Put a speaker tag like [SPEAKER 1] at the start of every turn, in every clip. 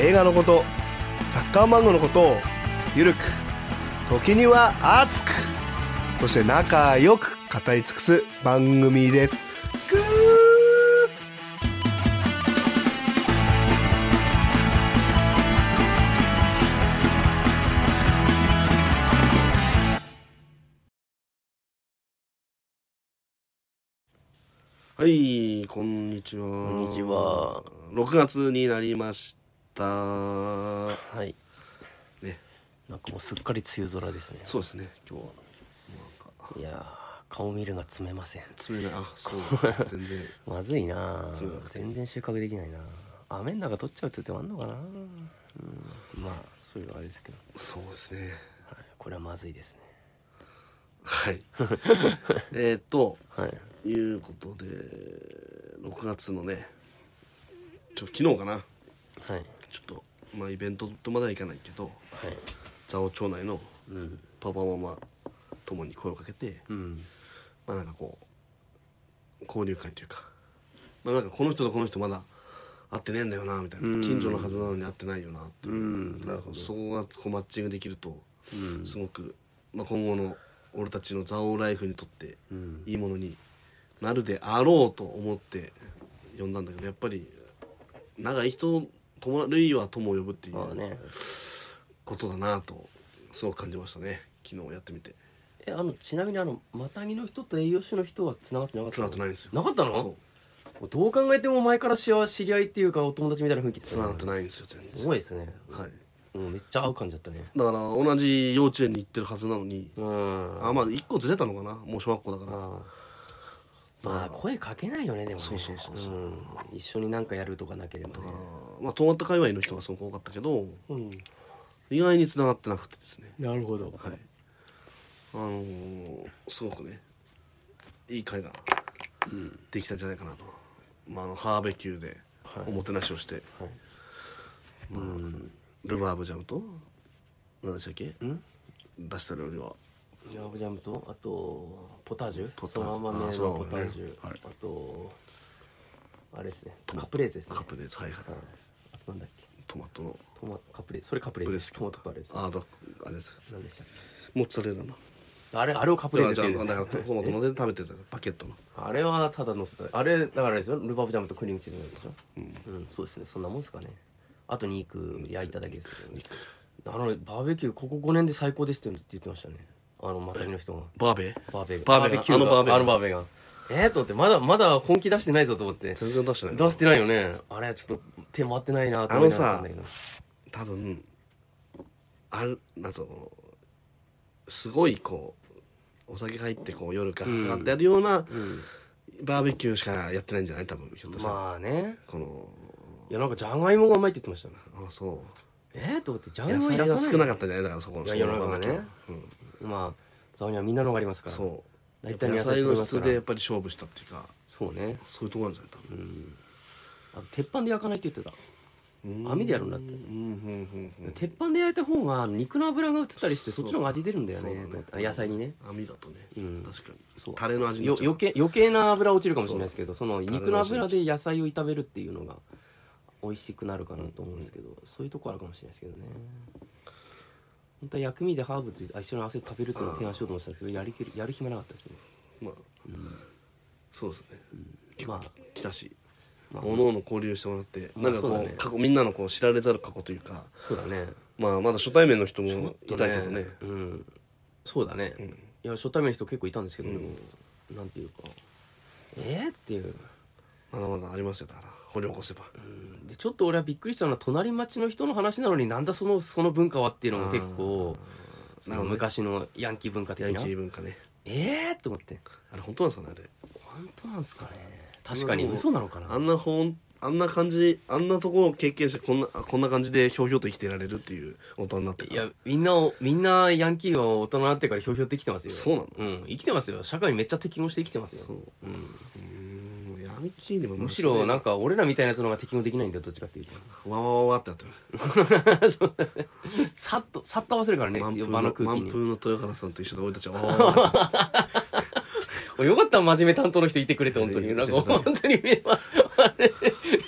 [SPEAKER 1] 映画のことサッカー漫画のことをゆるく時には熱くそして仲良く語り尽くす番組ですグーはい、こんにちは。こ
[SPEAKER 2] んにちは。
[SPEAKER 1] 6月になりました。
[SPEAKER 2] はい。
[SPEAKER 1] ね。
[SPEAKER 2] なんかもうすっかり梅雨空ですね。
[SPEAKER 1] そうですね、今日は。
[SPEAKER 2] いやー、顔見るが詰めません。
[SPEAKER 1] 冷たい。あ、そうだ。全然。
[SPEAKER 2] まずいな
[SPEAKER 1] 詰めなく。て
[SPEAKER 2] 全然収穫できないな。雨ん中取っちゃうって手もあんのかな。うん。まあそういうのはあれですけど、
[SPEAKER 1] そうですね。
[SPEAKER 2] はい、これはまずいですね。
[SPEAKER 1] はい。えーっと、
[SPEAKER 2] はい。
[SPEAKER 1] いうことで、6月のね、ちょ、昨日かな。
[SPEAKER 2] はい。
[SPEAKER 1] ちょっと、まあ、イベントとまでは行かないけど、
[SPEAKER 2] はい。
[SPEAKER 1] 蔵王町内の
[SPEAKER 2] うん。
[SPEAKER 1] パパママともに声をかけて、
[SPEAKER 2] うん。
[SPEAKER 1] まあなんかこう、交流会というか、まあなんかこの人とこの人まだ会ってねえんだよな、みたいな。近所のはずなのに会ってないよな、っていう。
[SPEAKER 2] うん
[SPEAKER 1] なるほど。そこがこうマッチングできると、すごく、まあ、今後の俺たちの蔵王ライフにとって
[SPEAKER 2] うん
[SPEAKER 1] いいものになるであろうと思って呼んだんだけどやっぱり長い人友類は友を呼ぶってい
[SPEAKER 2] まあ
[SPEAKER 1] う
[SPEAKER 2] ね。
[SPEAKER 1] ことだなとすごく感じましたね昨日やってみて
[SPEAKER 2] え、あのちなみにあのマタギの人と栄養士の人は繋がってなかった
[SPEAKER 1] 繋
[SPEAKER 2] の？
[SPEAKER 1] がってないんですよ
[SPEAKER 2] なかったの？
[SPEAKER 1] そう
[SPEAKER 2] もうどう考えても前から知り合い知り合いっていうかお友達みたいな雰囲気
[SPEAKER 1] 繋がって
[SPEAKER 2] い。
[SPEAKER 1] ないんですよ全
[SPEAKER 2] す
[SPEAKER 1] 然
[SPEAKER 2] ごいですね。
[SPEAKER 1] はい
[SPEAKER 2] もうめっちゃ合う感じだったね。
[SPEAKER 1] だから同じ幼稚園に行ってるはずなのに
[SPEAKER 2] うん。
[SPEAKER 1] あまあ1個ずれたのかなもう小学校だから
[SPEAKER 2] まあ、まあ声かけないよねでもね
[SPEAKER 1] そうそうそうそうん
[SPEAKER 2] 一緒になんかやるとかなければね
[SPEAKER 1] だからまあ遠かった界隈の人がすごく多かったけど
[SPEAKER 2] うん
[SPEAKER 1] 意外に繋がってなくてですね
[SPEAKER 2] なるほど
[SPEAKER 1] はい、あのーすごくねいい会ができたんじゃないかなと、まあ、あのハーベキューで
[SPEAKER 2] はい
[SPEAKER 1] おもてなしをして、
[SPEAKER 2] はい
[SPEAKER 1] まあルバーブジャムと何でしたっけ
[SPEAKER 2] ん
[SPEAKER 1] 出した料理は
[SPEAKER 2] ヤーブジャムとあとポタージュ
[SPEAKER 1] ポタージュ
[SPEAKER 2] そのまんま
[SPEAKER 1] あ
[SPEAKER 2] ね
[SPEAKER 1] そのま
[SPEAKER 2] ポ
[SPEAKER 1] ん
[SPEAKER 2] タ
[SPEAKER 1] まね
[SPEAKER 2] ージュ
[SPEAKER 1] はい
[SPEAKER 2] あとあれですねカプレーゼですね
[SPEAKER 1] カプレーズはいはい
[SPEAKER 2] うんあとなんだっけ
[SPEAKER 1] トマトの
[SPEAKER 2] トマカプレーゼそれカプレー
[SPEAKER 1] ブ
[SPEAKER 2] ゼ
[SPEAKER 1] レ
[SPEAKER 2] で
[SPEAKER 1] ス
[SPEAKER 2] す
[SPEAKER 1] ケ
[SPEAKER 2] トマトとあれです
[SPEAKER 1] あだあれです
[SPEAKER 2] 何でしたっけ
[SPEAKER 1] モッツァレラの
[SPEAKER 2] あれあれをカプレーゼって
[SPEAKER 1] じゃ
[SPEAKER 2] 言
[SPEAKER 1] あ
[SPEAKER 2] うん
[SPEAKER 1] だ
[SPEAKER 2] です
[SPEAKER 1] からトマトのせて食べてるパケットの
[SPEAKER 2] あれはただのせたあれだからあれですよルバーブジャムとクリームチーズのやつでしょうん、そうですねそんなもんですかねあと肉焼いただけですけどねあのバーベキューここ5年で最高ですって言ってましたねあの祭りの人が
[SPEAKER 1] バーベ
[SPEAKER 2] バーベ
[SPEAKER 1] バーベ
[SPEAKER 2] キューが
[SPEAKER 1] あのバーベ
[SPEAKER 2] あのバーベがえっ、と思ってまだまだ本気出してないぞと思って
[SPEAKER 1] 全然出してない
[SPEAKER 2] 出してないよねあれちょっと手回ってないなと
[SPEAKER 1] あ
[SPEAKER 2] 思
[SPEAKER 1] の
[SPEAKER 2] いながらやったん
[SPEAKER 1] さ
[SPEAKER 2] だけど
[SPEAKER 1] 多分あるなんつうのすごいこうお酒入ってこう夜ガーってやるような、バーベキューしかやってないんじゃない多分ひょっとしたら、
[SPEAKER 2] まあね
[SPEAKER 1] この
[SPEAKER 2] いやなんかじゃがいもがうまいって言ってましたね
[SPEAKER 1] あそ
[SPEAKER 2] えっ、と思ってじゃ
[SPEAKER 1] う
[SPEAKER 2] がい
[SPEAKER 1] 野
[SPEAKER 2] も
[SPEAKER 1] 菜
[SPEAKER 2] 焼か
[SPEAKER 1] が
[SPEAKER 2] ない
[SPEAKER 1] 少なかったんじゃないだからそこの
[SPEAKER 2] いや世の中が
[SPEAKER 1] そのバ
[SPEAKER 2] ね
[SPEAKER 1] ーベキューうん、
[SPEAKER 2] まあザオにはみんなのがありますから
[SPEAKER 1] そう
[SPEAKER 2] 大
[SPEAKER 1] やっ
[SPEAKER 2] 体
[SPEAKER 1] ぱ野
[SPEAKER 2] 野
[SPEAKER 1] 菜
[SPEAKER 2] 菜
[SPEAKER 1] の
[SPEAKER 2] 作りますか
[SPEAKER 1] 質
[SPEAKER 2] ら
[SPEAKER 1] でやっぱり勝負したっていうか
[SPEAKER 2] そうね
[SPEAKER 1] そういうとこなんじゃない多分
[SPEAKER 2] あと鉄板で焼かないって言ってた網でやるんだって
[SPEAKER 1] うんうんうんうん
[SPEAKER 2] 鉄板で焼いた方が肉の脂が移ったりしてそっちの方が味出るんだよ
[SPEAKER 1] そうだ
[SPEAKER 2] ね
[SPEAKER 1] ね
[SPEAKER 2] と思ってあ野菜にね
[SPEAKER 1] 網だとね、
[SPEAKER 2] うん
[SPEAKER 1] 確かに
[SPEAKER 2] そう
[SPEAKER 1] タレの味にな
[SPEAKER 2] よ
[SPEAKER 1] っちゃう
[SPEAKER 2] 余計余計な油落ちるかもしれないですけどその
[SPEAKER 1] タレの味
[SPEAKER 2] 肉の油で野菜を炒めるっていうのが美味しくなるかなと思うんですけど、そういうとこあるかもしれないですけどね本当は薬味でハーブと一緒に合わせて食べるっていうのを提案しようと思ってたんですけどやりきる やる暇なかったですね
[SPEAKER 1] まあ、そうですね、結構
[SPEAKER 2] まあ
[SPEAKER 1] 来たし、
[SPEAKER 2] まあ
[SPEAKER 1] おのおの交流してもらって、
[SPEAKER 2] まあ
[SPEAKER 1] なんかこ
[SPEAKER 2] そう
[SPEAKER 1] う
[SPEAKER 2] だね
[SPEAKER 1] 過去みんなのこう知られざる過去というか、
[SPEAKER 2] そうだね
[SPEAKER 1] まあ、まだ初対面の人
[SPEAKER 2] ちょ
[SPEAKER 1] も
[SPEAKER 2] っ
[SPEAKER 1] いた
[SPEAKER 2] と
[SPEAKER 1] けどね
[SPEAKER 2] うん、そうだね、いや初対面の人結構いたんですけど、なんていうかえー、っていう、
[SPEAKER 1] まだまだありますよだから掘り起こせば、
[SPEAKER 2] うんでちょっと俺はびっくりしたのは隣町の人の話なのになんだそのその文化はっていうのも結構そ
[SPEAKER 1] なる
[SPEAKER 2] の
[SPEAKER 1] ほどね
[SPEAKER 2] 昔のヤンキー文化的
[SPEAKER 1] ヤン
[SPEAKER 2] な
[SPEAKER 1] キー文化ね
[SPEAKER 2] えー、と思って
[SPEAKER 1] あれ本当なんですかねあれ
[SPEAKER 2] 本当なんすかね確かに嘘なのかな
[SPEAKER 1] あんな本あんな感じあんなところを経験してこんなこんな感じでひょうひょうと生きてられるっていう大人になって
[SPEAKER 2] い
[SPEAKER 1] から
[SPEAKER 2] や、みんなを、みんなヤンキーは大人になってからひょうひょうって生きてますよ。
[SPEAKER 1] そうなの
[SPEAKER 2] うん。生きてますよ。社会にめっちゃ適応して生きてますよ。うん。
[SPEAKER 1] うんヤンキーにも
[SPEAKER 2] むしろ、なんか、俺らみたいなやつの方が適応できないんだよ、どっちかっていうと。
[SPEAKER 1] わわわわってなってる
[SPEAKER 2] さっと、さっと合わせるからね、
[SPEAKER 1] 満風
[SPEAKER 2] 場の
[SPEAKER 1] の
[SPEAKER 2] 空気
[SPEAKER 1] 満
[SPEAKER 2] に。
[SPEAKER 1] 風の豊原さんと一緒で俺たちはわわわわってなって
[SPEAKER 2] およかった、真面目担当の人いてくれて、本当
[SPEAKER 1] い
[SPEAKER 2] に。
[SPEAKER 1] や
[SPEAKER 2] なんか、
[SPEAKER 1] いてくれた
[SPEAKER 2] 本当にみんな、あれ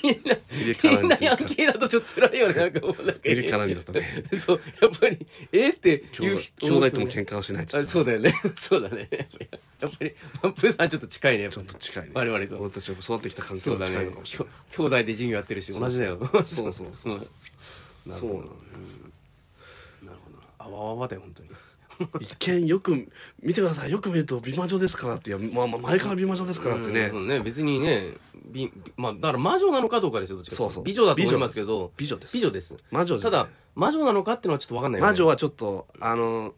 [SPEAKER 2] みんな、
[SPEAKER 1] る絡みというか
[SPEAKER 2] みんなヤンキーだとちょっと辛いよね、なんかもう、なんか。
[SPEAKER 1] いる絡みだったね。
[SPEAKER 2] そう、やっぱり、えーって
[SPEAKER 1] 兄
[SPEAKER 2] 言う
[SPEAKER 1] 弟
[SPEAKER 2] 人。
[SPEAKER 1] 兄弟とも喧嘩をしないって言
[SPEAKER 2] あ
[SPEAKER 1] って
[SPEAKER 2] そうだよね。そうだね。やっぱり、満風さんちょっと近いね。やっ
[SPEAKER 1] ち
[SPEAKER 2] ぱ
[SPEAKER 1] ょっ
[SPEAKER 2] り
[SPEAKER 1] と近いね
[SPEAKER 2] 我々と
[SPEAKER 1] 俺たちが育ってきた環
[SPEAKER 2] そ
[SPEAKER 1] 境
[SPEAKER 2] う
[SPEAKER 1] が
[SPEAKER 2] だ
[SPEAKER 1] 近い
[SPEAKER 2] ね
[SPEAKER 1] のかもし
[SPEAKER 2] き
[SPEAKER 1] れ
[SPEAKER 2] ょ
[SPEAKER 1] ない
[SPEAKER 2] 兄弟で授業やってるし同じだよ
[SPEAKER 1] そうそうそうそうなのよ
[SPEAKER 2] あわわわだよ本当に
[SPEAKER 1] 一見よく見てくださいよく見ると美魔女ですからっていや、まあ、まあ前から美魔女ですからってね、
[SPEAKER 2] うんね別にねびびまあだから魔女なのかどうかですよどっちかってい
[SPEAKER 1] そうそう
[SPEAKER 2] 美女だと思いますけど
[SPEAKER 1] 美女です
[SPEAKER 2] 美女です
[SPEAKER 1] 魔女じゃ
[SPEAKER 2] た
[SPEAKER 1] ない
[SPEAKER 2] だ魔女なのかっていうのはちょっと分かんないよね
[SPEAKER 1] 魔女はちょっとあの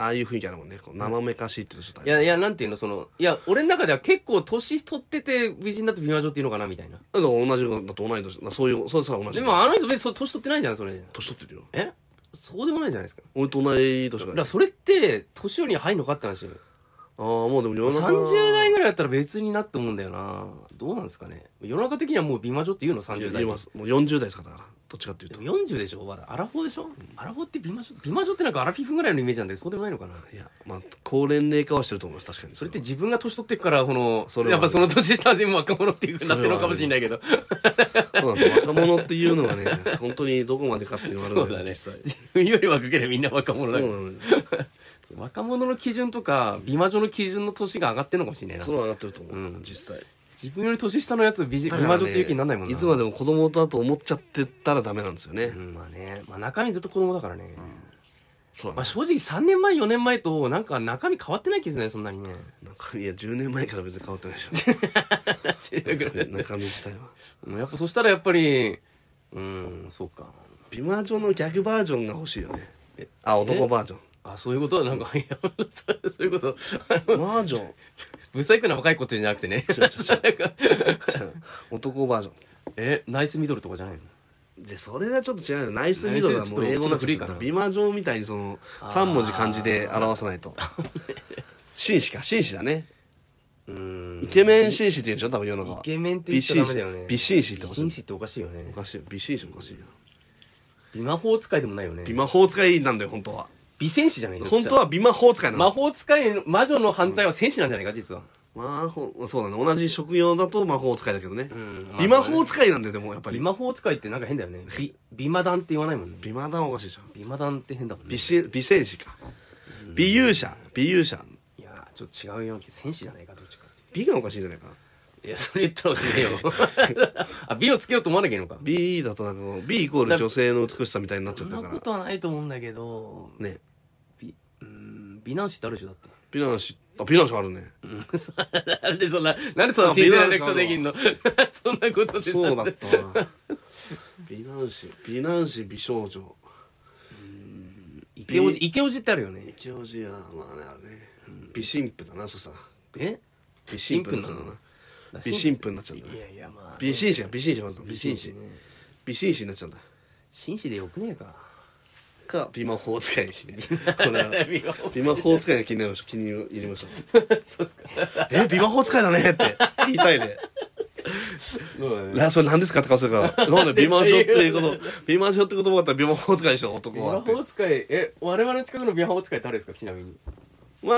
[SPEAKER 1] ああいう雰囲気あるもんねこう生めかしいっていうとちょっとあ
[SPEAKER 2] い
[SPEAKER 1] れ
[SPEAKER 2] やいやなんていうのそのいや俺の中では結構年取ってて美人だと美魔女っていうのかなみたいな
[SPEAKER 1] だから同じのだと同い年なそういうそうそう同じ
[SPEAKER 2] でもあの人別にそう年取ってないじゃんそれ
[SPEAKER 1] 年取ってるよ
[SPEAKER 2] えそうでもないじゃないですか
[SPEAKER 1] 俺と同い年
[SPEAKER 2] だ
[SPEAKER 1] か
[SPEAKER 2] から
[SPEAKER 1] ら
[SPEAKER 2] それって年寄りに入んのかって話よ
[SPEAKER 1] ああもうでも世の中
[SPEAKER 2] 30代ぐらいだったら別になって思うんだよなどうなんですかね世の中的にはもう美魔女って言うの30代
[SPEAKER 1] 言いますもう40代ですからだからどっちかっていう
[SPEAKER 2] で
[SPEAKER 1] と
[SPEAKER 2] も40でしょまだアラフォーでしょアラフォーって美魔女美魔女ってなんかアラフィフぐらいのイメージなんでそうでもないのかない
[SPEAKER 1] やまあ高年齢化はしてると思います確かに
[SPEAKER 2] それって自分が年取ってっからこの
[SPEAKER 1] それは
[SPEAKER 2] やっぱその年下でも若者っていうふうになってるのかもしれないけど
[SPEAKER 1] そうなんですよ若者っていうのが ね本当にどこまでかっていうのがある
[SPEAKER 2] そ
[SPEAKER 1] ん
[SPEAKER 2] う
[SPEAKER 1] だ
[SPEAKER 2] だ
[SPEAKER 1] よ
[SPEAKER 2] ね
[SPEAKER 1] 実際
[SPEAKER 2] 自分より若ければみんな若
[SPEAKER 1] そう
[SPEAKER 2] 者
[SPEAKER 1] な
[SPEAKER 2] だ
[SPEAKER 1] の
[SPEAKER 2] から
[SPEAKER 1] よ
[SPEAKER 2] 若者の基準とか美魔女の基準の年が上がってるのかもしれないな
[SPEAKER 1] そうなってると思う、
[SPEAKER 2] うん
[SPEAKER 1] 実際
[SPEAKER 2] 自分より年下のやつ美人美魔女っていう気にならないもんない
[SPEAKER 1] つまでも子供だと思っちゃってたらダメなんですよね、
[SPEAKER 2] うんまあね、まあ、中身ずっと子供だからね、
[SPEAKER 1] そう
[SPEAKER 2] ま
[SPEAKER 1] な
[SPEAKER 2] あ、正直3年前4年前となんか中身変わってない気ですねそんなにね
[SPEAKER 1] のなんかいや10年前から別に変わってないで しょ中身自体は
[SPEAKER 2] うんやっぱそしたらやっぱりうんそうか
[SPEAKER 1] 美魔女の逆バージョンが欲しいよね
[SPEAKER 2] え
[SPEAKER 1] あ男バージョン
[SPEAKER 2] あそういうことなんかいや そそういう ことあの
[SPEAKER 1] バージョン
[SPEAKER 2] 不細工な若い子っていうんじゃなくてねなんか
[SPEAKER 1] 違う 男バージョ
[SPEAKER 2] えナイスミドルとかじゃないの
[SPEAKER 1] ンでそれがちょっと違うよナイスミドルはもう英語な
[SPEAKER 2] ナイスミドルちょっと
[SPEAKER 1] くて
[SPEAKER 2] 古いかな
[SPEAKER 1] 美魔女みたいにその3文字漢字で表さないと紳士か紳士だね
[SPEAKER 2] うん
[SPEAKER 1] イケメン紳士って言うんでしょ多分世の中は
[SPEAKER 2] イケメンって言っちゃダメだよね
[SPEAKER 1] 美紳士美紳士って
[SPEAKER 2] 美
[SPEAKER 1] 欲しい
[SPEAKER 2] 紳士っておかしいよね
[SPEAKER 1] おかしいよ美紳士もおかしいよ
[SPEAKER 2] 美魔法使いでもないよね
[SPEAKER 1] 美魔法使いなんだよ本当は
[SPEAKER 2] 美戦士じゃないの
[SPEAKER 1] 本当は美魔法使いな
[SPEAKER 2] 魔
[SPEAKER 1] の
[SPEAKER 2] 法使いの魔女の反対は戦士なんじゃないか実は
[SPEAKER 1] 魔法そうだね同じ職業だと魔法使いだけどね
[SPEAKER 2] ん
[SPEAKER 1] 美魔法使いなんだよでもやっぱ
[SPEAKER 2] 美
[SPEAKER 1] り
[SPEAKER 2] 魔法使いってなんか変だよね美美魔団って言わないもんね
[SPEAKER 1] 美魔団はおかしいじゃん
[SPEAKER 2] 美魔団って変だもんね
[SPEAKER 1] 美し美戦士か美勇者美勇者
[SPEAKER 2] いやーちょっと違うよ戦士じゃないかどっちかってい
[SPEAKER 1] 美がおかしいんじゃないかな
[SPEAKER 2] ういやそれ言ったらしいよ あ美をつけようと思わなきゃいいのか
[SPEAKER 1] 美だとなんかこう美イコール女性の美しさみたいになっち
[SPEAKER 2] そ
[SPEAKER 1] ゃっ
[SPEAKER 2] ん
[SPEAKER 1] た
[SPEAKER 2] な
[SPEAKER 1] か
[SPEAKER 2] ことはないと思うんだけど
[SPEAKER 1] らね
[SPEAKER 2] 美うーん美男子ってあるでしょだって
[SPEAKER 1] 美男子あ美男子あるね
[SPEAKER 2] うんそ なんでそんななんでそんな新鮮なレクションできんの そんなことで
[SPEAKER 1] そうだったわ美男子美男子美少女
[SPEAKER 2] イケオジイケオジってあるよね
[SPEAKER 1] 一応じはまあねあれね美神父だなそしたら
[SPEAKER 2] え
[SPEAKER 1] 美神父になっちゃう
[SPEAKER 2] 神
[SPEAKER 1] な
[SPEAKER 2] だ
[SPEAKER 1] 美神父になっちゃうんだ
[SPEAKER 2] いやいやまあ
[SPEAKER 1] 美紳士が美紳士が美紳士
[SPEAKER 2] ね
[SPEAKER 1] 美紳士になっちゃうんだ
[SPEAKER 2] 紳士でよくねえか
[SPEAKER 1] か美魔法使いこれは
[SPEAKER 2] 美魔法
[SPEAKER 1] 美魔法使いが気になりました気に入りまし
[SPEAKER 2] そう っすか
[SPEAKER 1] たえ美魔法使いだねって言いたいねなそれ何ですかって顔するからなんで美魔女っていうこと美魔女って言葉だったら美魔法使いでしょ
[SPEAKER 2] 美
[SPEAKER 1] 男は
[SPEAKER 2] 魔
[SPEAKER 1] って
[SPEAKER 2] 法使いえ我々の近くの美魔法使い誰ですかちなみに
[SPEAKER 1] ま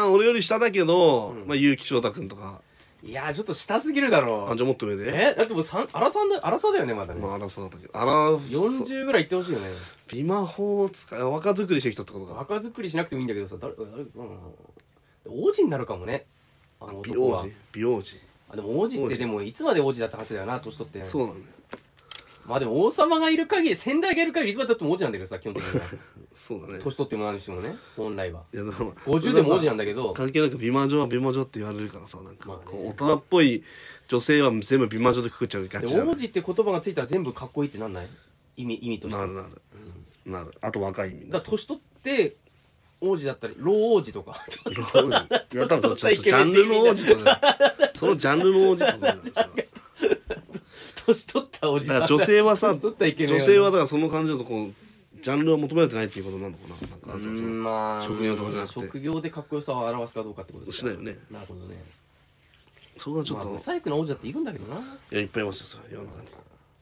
[SPEAKER 1] あ俺より下だけど、まあ結城翔太君とか
[SPEAKER 2] いやーちょっと下すぎるだろ
[SPEAKER 1] あじゃあもっと上で
[SPEAKER 2] えだってもうさんアラさんだアラさだよねまだね、
[SPEAKER 1] まあ争うだけど争う
[SPEAKER 2] 40ぐらい行ってほしいよね
[SPEAKER 1] 美魔法使い若作りしてきたってことか
[SPEAKER 2] 若作りしなくてもいいんだけどさ誰誰、うん、王子になるかもねあの
[SPEAKER 1] 美
[SPEAKER 2] 男
[SPEAKER 1] 王
[SPEAKER 2] は
[SPEAKER 1] 子美王子
[SPEAKER 2] あでも王子っ
[SPEAKER 1] 王子
[SPEAKER 2] てでもいつまで王子だって話だよな年取って
[SPEAKER 1] そうなんだよ
[SPEAKER 2] まあでも王様がいる限り先代がいる限りいつまでたっても王子なんだけ どさ基本的には
[SPEAKER 1] そうだね
[SPEAKER 2] 年取っても何しても ね本来はい
[SPEAKER 1] やでも
[SPEAKER 2] 50でも王子なんだけど
[SPEAKER 1] 関係なく美魔女は美魔女って言われるからさなんか
[SPEAKER 2] まあね
[SPEAKER 1] こう大人っぽい女性は全部美魔女でくくっちゃうガ
[SPEAKER 2] で
[SPEAKER 1] チな
[SPEAKER 2] 王
[SPEAKER 1] の
[SPEAKER 2] 子って言葉がついたら全部かっこいいってなんない意味意味として
[SPEAKER 1] なるなるなるあと若いみん
[SPEAKER 2] だ
[SPEAKER 1] な
[SPEAKER 2] から年取って王子だったり老王子と か
[SPEAKER 1] いや多分ちょっとジャンルの王子とかそのジャンルの王子とかなんですよ
[SPEAKER 2] 年取ったおじ
[SPEAKER 1] だか
[SPEAKER 2] さん
[SPEAKER 1] ら女性はさ
[SPEAKER 2] 年取ったイケメン
[SPEAKER 1] 女性はだからその感じだとこうジャンルは求められてないっていうことなのかななんかあるじゃんその
[SPEAKER 2] まあ
[SPEAKER 1] 職業とかじゃなくて
[SPEAKER 2] 職業でかっこよさを表すかどうかってことですか
[SPEAKER 1] しないよね
[SPEAKER 2] なるほどね
[SPEAKER 1] そこはちょっ
[SPEAKER 2] まあ
[SPEAKER 1] と、
[SPEAKER 2] ブサイクな王子だっているんだけどない
[SPEAKER 1] やいっぱいいますよそれ世の中に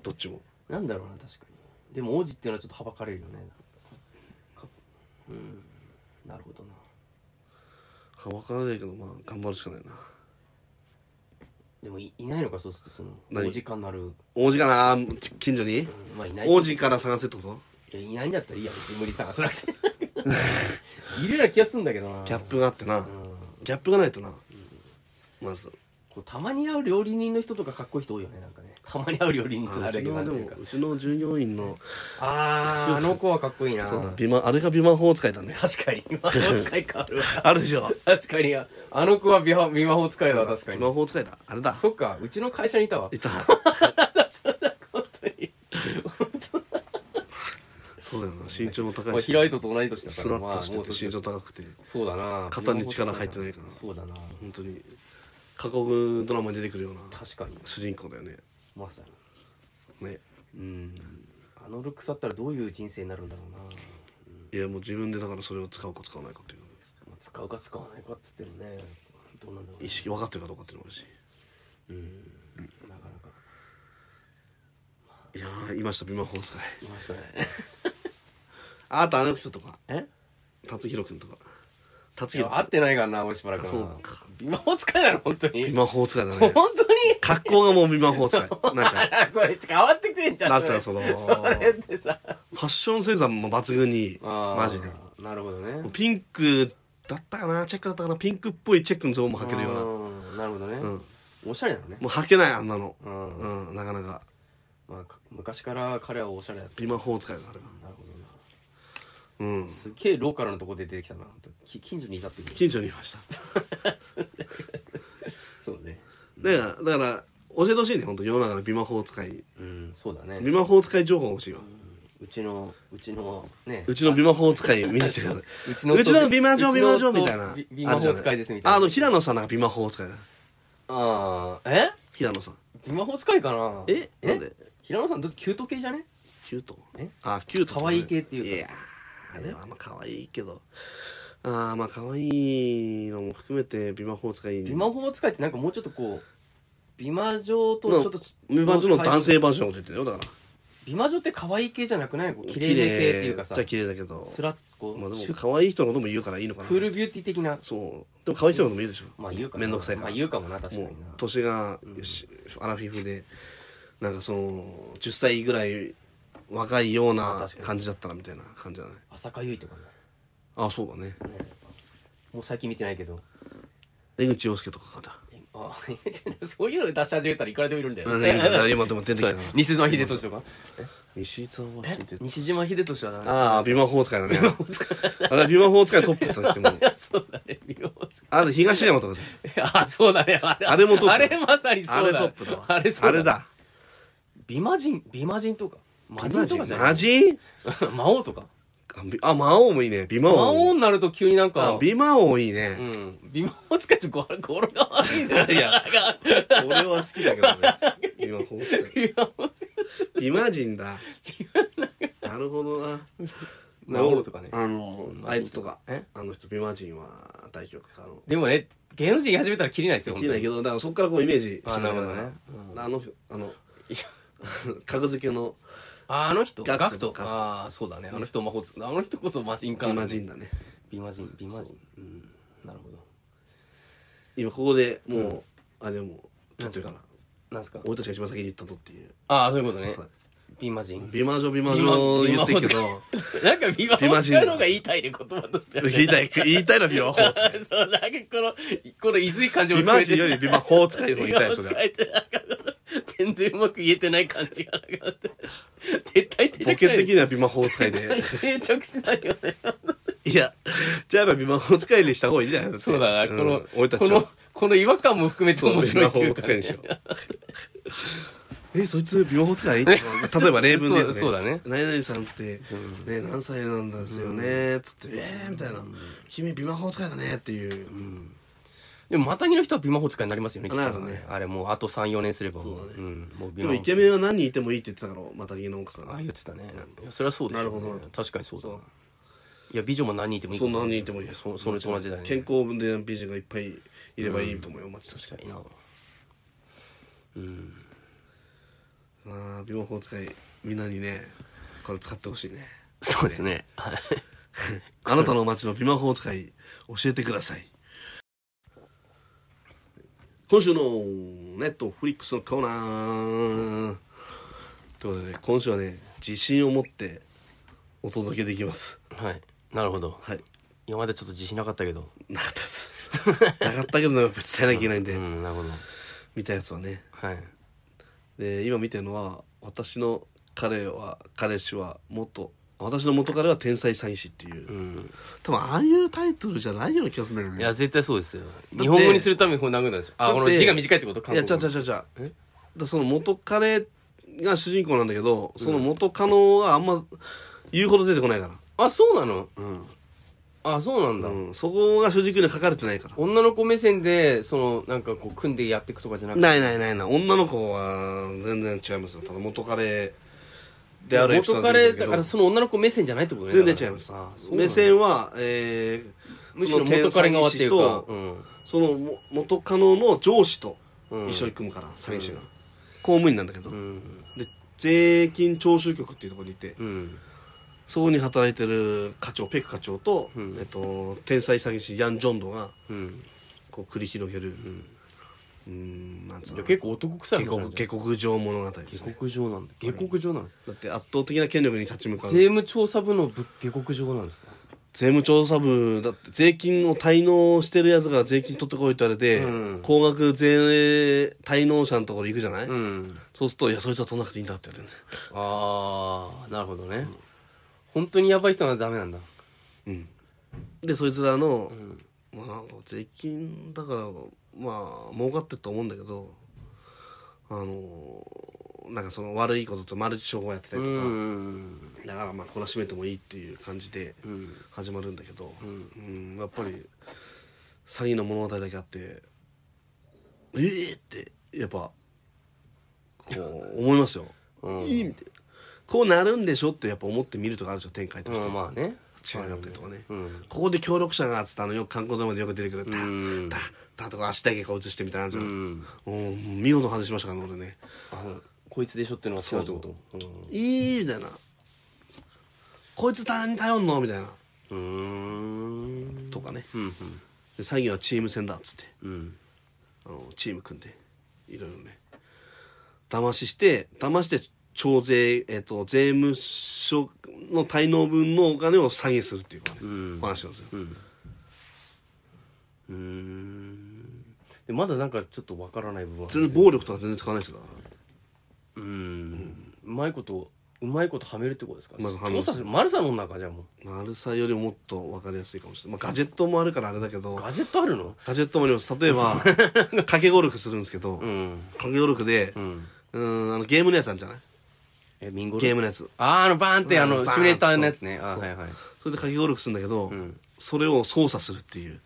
[SPEAKER 1] どっちも
[SPEAKER 2] なんだろうな確かにでも王子っていうのはちょっとはばかれるよねかうんなるほどな
[SPEAKER 1] はばからないけどまあ頑張るしかないな
[SPEAKER 2] でもいいないのかそうするとその
[SPEAKER 1] 何
[SPEAKER 2] お時間なる、うん
[SPEAKER 1] 王子かなち近所に
[SPEAKER 2] まあいない
[SPEAKER 1] 王子から探せってこと
[SPEAKER 2] いやいないんだったらいいや別に無理探さなくて いるような気がするんだけどな
[SPEAKER 1] ギャップがあってな
[SPEAKER 2] うん
[SPEAKER 1] ギャップがないとなまず
[SPEAKER 2] こうたまに会う料理人の人とかかっこいい人多いよねなんかねたまに会う料理人って
[SPEAKER 1] あ
[SPEAKER 2] あ
[SPEAKER 1] うち
[SPEAKER 2] れだけどなん
[SPEAKER 1] ので
[SPEAKER 2] ていう
[SPEAKER 1] も
[SPEAKER 2] か
[SPEAKER 1] うちの従業員の
[SPEAKER 2] あ
[SPEAKER 1] そう
[SPEAKER 2] ああの子はかっこいいな
[SPEAKER 1] そう
[SPEAKER 2] 確
[SPEAKER 1] 美魔あれが美魔法使いだね
[SPEAKER 2] かに今の使い変わるわ
[SPEAKER 1] あるでしょ
[SPEAKER 2] 確かに、あの子は美魔美魔法使いだ、確か
[SPEAKER 1] 美
[SPEAKER 2] に。
[SPEAKER 1] 魔法使いだあれだ
[SPEAKER 2] そっか、うちの会社にいたわ。
[SPEAKER 1] いた
[SPEAKER 2] 本当に。
[SPEAKER 1] そうだよな身長も高
[SPEAKER 2] まあ、
[SPEAKER 1] いし
[SPEAKER 2] 平井戸と同い年だか
[SPEAKER 1] ス
[SPEAKER 2] ら、
[SPEAKER 1] ラ
[SPEAKER 2] ま
[SPEAKER 1] ッ
[SPEAKER 2] あ、
[SPEAKER 1] として
[SPEAKER 2] もう
[SPEAKER 1] て身長高くて
[SPEAKER 2] そうだな。
[SPEAKER 1] 肩に力入ってないから
[SPEAKER 2] そうだな。
[SPEAKER 1] 本当に過酷ドラマに出てくるような
[SPEAKER 2] 確かに。
[SPEAKER 1] 主人公だよね
[SPEAKER 2] まさに。
[SPEAKER 1] ね
[SPEAKER 2] うん。あのルックスだったらどういう人生になるんだろうな。
[SPEAKER 1] いやもう自分でだからそれを使うか使わないかっていう
[SPEAKER 2] まあ、使うか使わないかっつってもね。どうなんだろう
[SPEAKER 1] 意。識分かってるかどうかっていうのもあるし
[SPEAKER 2] うん。なかなか。
[SPEAKER 1] いやーいました美魔法使い
[SPEAKER 2] いましたね。
[SPEAKER 1] あとあの人とか
[SPEAKER 2] え
[SPEAKER 1] 達弘君とか達
[SPEAKER 2] いや
[SPEAKER 1] 弘
[SPEAKER 2] 会ってないからな、大しばらく
[SPEAKER 1] あ
[SPEAKER 2] は。
[SPEAKER 1] そうか
[SPEAKER 2] 美魔法使いなの、本当
[SPEAKER 1] 美
[SPEAKER 2] に。
[SPEAKER 1] 魔法使いだ
[SPEAKER 2] 本
[SPEAKER 1] ね
[SPEAKER 2] 当に
[SPEAKER 1] 格好がもう美魔法使いなんか
[SPEAKER 2] あそれ変わってきてんじゃん
[SPEAKER 1] なんつうのその
[SPEAKER 2] れってさ
[SPEAKER 1] ファッションセンスはもう抜群にいいマジで
[SPEAKER 2] なるほどね
[SPEAKER 1] ピンクだったかなチェックだったかなピンクっぽいチェックのゾーンも履けるような
[SPEAKER 2] うんなるほどね、
[SPEAKER 1] うん
[SPEAKER 2] おしゃれなのね、
[SPEAKER 1] もう履けないあんなの
[SPEAKER 2] うん
[SPEAKER 1] うんなかなか
[SPEAKER 2] まあ、か昔から彼はおしゃれだった
[SPEAKER 1] 美魔法使いだあれは
[SPEAKER 2] なるほどな
[SPEAKER 1] うん
[SPEAKER 2] すっげえローカルのとこで出てきたな本当にき近所にいたっていう
[SPEAKER 1] 近所にいました
[SPEAKER 2] そうね
[SPEAKER 1] だからだから教えてほしいね本当世の中の美魔法使い
[SPEAKER 2] うんそうだ
[SPEAKER 1] 美
[SPEAKER 2] ね
[SPEAKER 1] 魔法使い情報が欲しいわ
[SPEAKER 2] うちのうちのね
[SPEAKER 1] うちの美魔法使い見に来てください
[SPEAKER 2] うち
[SPEAKER 1] うちの美魔女
[SPEAKER 2] うち
[SPEAKER 1] 美
[SPEAKER 2] の
[SPEAKER 1] 魔女みたいな
[SPEAKER 2] び美魔法使いですみたいな
[SPEAKER 1] あの平野さんなんか美魔法使いだ
[SPEAKER 2] ああえ
[SPEAKER 1] 平野さん
[SPEAKER 2] 美魔法使いかな
[SPEAKER 1] えなんで
[SPEAKER 2] 平野さんだってキュート系じゃね
[SPEAKER 1] キュート
[SPEAKER 2] え
[SPEAKER 1] あキュート
[SPEAKER 2] 可愛い系っていうか
[SPEAKER 1] いやーあれはまあ可愛いけどああまあ可愛いのも含めて美魔法使い
[SPEAKER 2] 美魔法使いってなんかもうちょっとこう美魔女とちょっとち
[SPEAKER 1] 美魔女の男性バージョンも出てるよだから
[SPEAKER 2] 美魔女って可愛い系じゃなくないこう綺麗め系っていうかさ
[SPEAKER 1] じゃあ綺麗だけど
[SPEAKER 2] スラッこう、
[SPEAKER 1] まあでも
[SPEAKER 2] シュ
[SPEAKER 1] 可愛い人のことも言うからいいのかな
[SPEAKER 2] クールビューティー的な
[SPEAKER 1] そうでも可愛い人のことも言うでしょ
[SPEAKER 2] まあ言うかな
[SPEAKER 1] 面倒くさいから
[SPEAKER 2] まあ言うかもな確かに
[SPEAKER 1] も
[SPEAKER 2] な
[SPEAKER 1] う年が、しアラフィフでなんかその10歳ぐらい若いよう
[SPEAKER 2] あ
[SPEAKER 1] な
[SPEAKER 2] 確かに
[SPEAKER 1] 感じだったらみたいな感じじゃない
[SPEAKER 2] 浅香唯とかね
[SPEAKER 1] あそうだね
[SPEAKER 2] ねもう最近見てないけど
[SPEAKER 1] 江口洋介とかかだ
[SPEAKER 2] えあ そういうの出し始めたらいくらでもいるんだよ、
[SPEAKER 1] 何今でも出てき
[SPEAKER 2] そ
[SPEAKER 1] た
[SPEAKER 2] う
[SPEAKER 1] な
[SPEAKER 2] 西島秀俊とか
[SPEAKER 1] 西沢
[SPEAKER 2] え
[SPEAKER 1] 秀人
[SPEAKER 2] 西島秀俊はだ
[SPEAKER 1] ああ美魔法使いだねあれは美魔法使いトップとしても
[SPEAKER 2] め そうだね美魔法使い
[SPEAKER 1] あれ東山とかだよ
[SPEAKER 2] あそうだねあれ
[SPEAKER 1] あれもトップ
[SPEAKER 2] あれまさにそ
[SPEAKER 1] あ
[SPEAKER 2] う
[SPEAKER 1] れ
[SPEAKER 2] だ
[SPEAKER 1] トップだわ
[SPEAKER 2] あれそう
[SPEAKER 1] あれだ
[SPEAKER 2] 美魔人美魔人とか魔人とかじゃない
[SPEAKER 1] マジ
[SPEAKER 2] 魔王とか
[SPEAKER 1] あびあ魔王もいいね美魔王
[SPEAKER 2] 魔王になると急になん
[SPEAKER 1] あ
[SPEAKER 2] か
[SPEAKER 1] 美魔王いいうね、
[SPEAKER 2] ん美魔王使いちょっとゴロゴロが悪いんだよ
[SPEAKER 1] いや俺は好きだけどね美魔法使い
[SPEAKER 2] 美魔王使い
[SPEAKER 1] 美魔人だなるほどな
[SPEAKER 2] 魔王とかね
[SPEAKER 1] あのあいつとか
[SPEAKER 2] え
[SPEAKER 1] あの人美魔人は大丈夫かあの
[SPEAKER 2] でもね芸能人始めたらキリないですよ
[SPEAKER 1] できないけ
[SPEAKER 2] ど
[SPEAKER 1] どだからそっからこうイメージし
[SPEAKER 2] あ
[SPEAKER 1] ながら
[SPEAKER 2] なるほどね
[SPEAKER 1] あのあの格付けの
[SPEAKER 2] ああの人
[SPEAKER 1] ガ
[SPEAKER 2] ガ
[SPEAKER 1] クト
[SPEAKER 2] クト
[SPEAKER 1] ガクト
[SPEAKER 2] ああそうだねあの人魔法使いあの人こそ魔人か
[SPEAKER 1] 美魔人だね
[SPEAKER 2] 美魔人美魔人うんなるほど
[SPEAKER 1] 今ここでもう、あれもうちょっとかな
[SPEAKER 2] なんすか
[SPEAKER 1] 俺たちが一番先に言ったとっていう
[SPEAKER 2] ああそういうことね
[SPEAKER 1] そう
[SPEAKER 2] 美魔人
[SPEAKER 1] 美魔女美魔女言ってるけ
[SPEAKER 2] 美
[SPEAKER 1] ど
[SPEAKER 2] なんか美魔法使いの方が言いたいね言葉としてはね
[SPEAKER 1] 言いたい言いたいのは美 魔法使い
[SPEAKER 2] そうなんかこのこのいずい感じも
[SPEAKER 1] 美
[SPEAKER 2] 含
[SPEAKER 1] 魔
[SPEAKER 2] めて
[SPEAKER 1] 人より美魔法使いの方が言いたい
[SPEAKER 2] 今
[SPEAKER 1] ですよ
[SPEAKER 2] 使えてなかった全然うまく言えてない感じがなかった絶対定
[SPEAKER 1] ボ
[SPEAKER 2] 着し
[SPEAKER 1] ケ
[SPEAKER 2] ない
[SPEAKER 1] 的には美魔法使いで
[SPEAKER 2] 絶対定着しないよね
[SPEAKER 1] いやじゃあやっぱ美魔法使いにした方がいいんじゃない
[SPEAKER 2] そうだな、
[SPEAKER 1] ん
[SPEAKER 2] この
[SPEAKER 1] 俺たち
[SPEAKER 2] この
[SPEAKER 1] は
[SPEAKER 2] この違和感も含めて
[SPEAKER 1] そう
[SPEAKER 2] 面
[SPEAKER 1] 美
[SPEAKER 2] 白い
[SPEAKER 1] 魔
[SPEAKER 2] っていう
[SPEAKER 1] 法
[SPEAKER 2] か
[SPEAKER 1] 使いにしようえそいつ美魔法使い例えば例文で言うと
[SPEAKER 2] そうそうだね
[SPEAKER 1] 何々さんって、ね、何歳なんですよねつって「えー」みたいな「君美魔法使いだね」っていう
[SPEAKER 2] でもマタギの人はビマホ使いになりますよね
[SPEAKER 1] あなるね
[SPEAKER 2] あれもうあと34年すればも
[SPEAKER 1] そうだね
[SPEAKER 2] ん、もう
[SPEAKER 1] で
[SPEAKER 2] ビマ
[SPEAKER 1] も
[SPEAKER 2] ホ
[SPEAKER 1] イケメンは何人いてもいいって言ってたからまた芸の奥さん
[SPEAKER 2] あ
[SPEAKER 1] が
[SPEAKER 2] 言ってたねいやそれはそうでしょうね
[SPEAKER 1] なるほど
[SPEAKER 2] 確かにそうだ
[SPEAKER 1] そう
[SPEAKER 2] いや美女も何人いてもいい
[SPEAKER 1] そんな何人いてもいい
[SPEAKER 2] そそれと同じだね
[SPEAKER 1] 健康分で美人がいっぱいいればいいと思うよ、マジ確か
[SPEAKER 2] 確かにな
[SPEAKER 1] にああ美魔法使いみんなにねこれ使ってほしいね
[SPEAKER 2] そうですねはい
[SPEAKER 1] あなたの街の美魔法使い教えてください今週のネットフリックスのコーナーということで、ね、今週はね自信を持ってお届けできます
[SPEAKER 2] はいなるほど
[SPEAKER 1] はい
[SPEAKER 2] 今までちょっと自信なかったけど
[SPEAKER 1] なかったですなかったけどねやっぱ伝えなきゃいけないんで、
[SPEAKER 2] うんなるほど
[SPEAKER 1] 見たやつはね
[SPEAKER 2] はい
[SPEAKER 1] で今見てるのは私の彼は彼氏は元私の元彼は天才詐欺師っていう、
[SPEAKER 2] うん
[SPEAKER 1] 多分ああいうタイトルじゃないような気がするんだよね
[SPEAKER 2] いや絶対そうですよ日本語にするためにこう殴るんですよあこの字が短いってこと
[SPEAKER 1] いや違う違う
[SPEAKER 2] う
[SPEAKER 1] 違う違うだか
[SPEAKER 2] え
[SPEAKER 1] らその元彼が主人公なんだけどその元カノはあんま言うほど出てこないから
[SPEAKER 2] あそうなの
[SPEAKER 1] うん、
[SPEAKER 2] あそうなんだ、
[SPEAKER 1] うん、そこが主軸には書かれてないから
[SPEAKER 2] 女の子目線でそのなんかこう組んでやっていくとかじゃなくて
[SPEAKER 1] ないないないない女の子は全然違いますよただ元彼であるエピソー
[SPEAKER 2] 元
[SPEAKER 1] ド
[SPEAKER 2] カ
[SPEAKER 1] が出て
[SPEAKER 2] レ
[SPEAKER 1] くる
[SPEAKER 2] だ
[SPEAKER 1] け
[SPEAKER 2] から
[SPEAKER 1] ど
[SPEAKER 2] その女の子目線じゃないってことね
[SPEAKER 1] 全然違います
[SPEAKER 2] あそうなんだ
[SPEAKER 1] 目線はえー、
[SPEAKER 2] むしろ元カレ側っていう
[SPEAKER 1] そ
[SPEAKER 2] か
[SPEAKER 1] の天才師と
[SPEAKER 2] うん
[SPEAKER 1] そのも元カノの上司と
[SPEAKER 2] うん
[SPEAKER 1] 一緒に組むから、詐欺師が公務員なんだけど、
[SPEAKER 2] うん
[SPEAKER 1] で税金徴収局っていうところにいて、
[SPEAKER 2] うん
[SPEAKER 1] そこに働いてる課長ペク課長と、
[SPEAKER 2] うん
[SPEAKER 1] えっと、天才詐欺師ヤン・ジョンドが
[SPEAKER 2] うん
[SPEAKER 1] こう繰り広げるうーんなんつう
[SPEAKER 2] いや
[SPEAKER 1] の
[SPEAKER 2] 結構男臭い
[SPEAKER 1] 下克下克上物語です
[SPEAKER 2] 下
[SPEAKER 1] ね
[SPEAKER 2] 克上なんだ下克上なの
[SPEAKER 1] だって圧倒的な権力に立ち向かう
[SPEAKER 2] 税
[SPEAKER 1] 税
[SPEAKER 2] 務調査部のぶ下克上なんですか
[SPEAKER 1] 務調査部だって税金を滞納してるやつが税金取ってこいって言われて、
[SPEAKER 2] うん
[SPEAKER 1] 高額税滞納者のところ行くじゃない、
[SPEAKER 2] うん
[SPEAKER 1] そうすると「いやそいつは取んなくていいんだ」って言われて
[SPEAKER 2] ああなるほどね本当にやばい人はダメなんだ
[SPEAKER 1] ね、うん、でそいつらの、
[SPEAKER 2] うん
[SPEAKER 1] まあなんか税金だからまあ儲かってると思うんだけどあのなんかその悪いこととマルチ商法やってた
[SPEAKER 2] う
[SPEAKER 1] りとか、
[SPEAKER 2] ん
[SPEAKER 1] だからまあこらしめてもいいっていう感じで
[SPEAKER 2] うん
[SPEAKER 1] 始まるんだけど、
[SPEAKER 2] ん
[SPEAKER 1] うんやっぱり詐欺の物語だけあってえー、ってやっぱこう思いますよ、
[SPEAKER 2] うん
[SPEAKER 1] いいみたいなこうなるんでしょってやっぱ思って見るとかあるでしょ展開として、
[SPEAKER 2] うんまあね
[SPEAKER 1] 違いだったりとかね、
[SPEAKER 2] うん
[SPEAKER 1] ここで協力者がっつってあのよく観光ドラマでよく出てくる「た
[SPEAKER 2] うん
[SPEAKER 1] たた」とか足だけこう映してみたいなのあるじゃ、
[SPEAKER 2] うんん
[SPEAKER 1] うん、もう見事な話しましたからね俺ね
[SPEAKER 2] あのこいつでしょっていうのが違うってこと
[SPEAKER 1] いいみたいなこいつ他に頼んのみたいな
[SPEAKER 2] うんうーん
[SPEAKER 1] とかね
[SPEAKER 2] うん
[SPEAKER 1] で詐欺はチーム戦だっつって
[SPEAKER 2] うんうん
[SPEAKER 1] あのチーム組んでいろいろね騙しして騙して徴税えっ、と税務署の滞納分のお金を詐欺するっていうかね、
[SPEAKER 2] ん
[SPEAKER 1] お話なんですよ、
[SPEAKER 2] うんうーんでまだなんかちょっとわからない部分は
[SPEAKER 1] それで暴力とか全然使わないですよだから
[SPEAKER 2] うーんうまいことうまいことはめるってことですか
[SPEAKER 1] まずはめ
[SPEAKER 2] 調
[SPEAKER 1] ます
[SPEAKER 2] 査するマルサの中じゃあも
[SPEAKER 1] マルサよりもっと分かりやすいかもしれない、まあ、ガジェットもあるからあれだけ
[SPEAKER 2] う
[SPEAKER 1] ど
[SPEAKER 2] ガジェットあるの
[SPEAKER 1] ガジェットもあります例えば掛けゴルフするんですけど、
[SPEAKER 2] うん
[SPEAKER 1] 掛けゴルフで、う、
[SPEAKER 2] うんん
[SPEAKER 1] あのゲームのやつあるんじゃない
[SPEAKER 2] えミンゴル
[SPEAKER 1] ゲームのやつ
[SPEAKER 2] あーあのバーンってあ
[SPEAKER 1] う
[SPEAKER 2] の
[SPEAKER 1] ん
[SPEAKER 2] シ
[SPEAKER 1] バーン
[SPEAKER 2] ミュレーターのやつねあー
[SPEAKER 1] そう
[SPEAKER 2] はいはい
[SPEAKER 1] それで掛けゴルフするんだけど、
[SPEAKER 2] ん
[SPEAKER 1] それを操作するっていう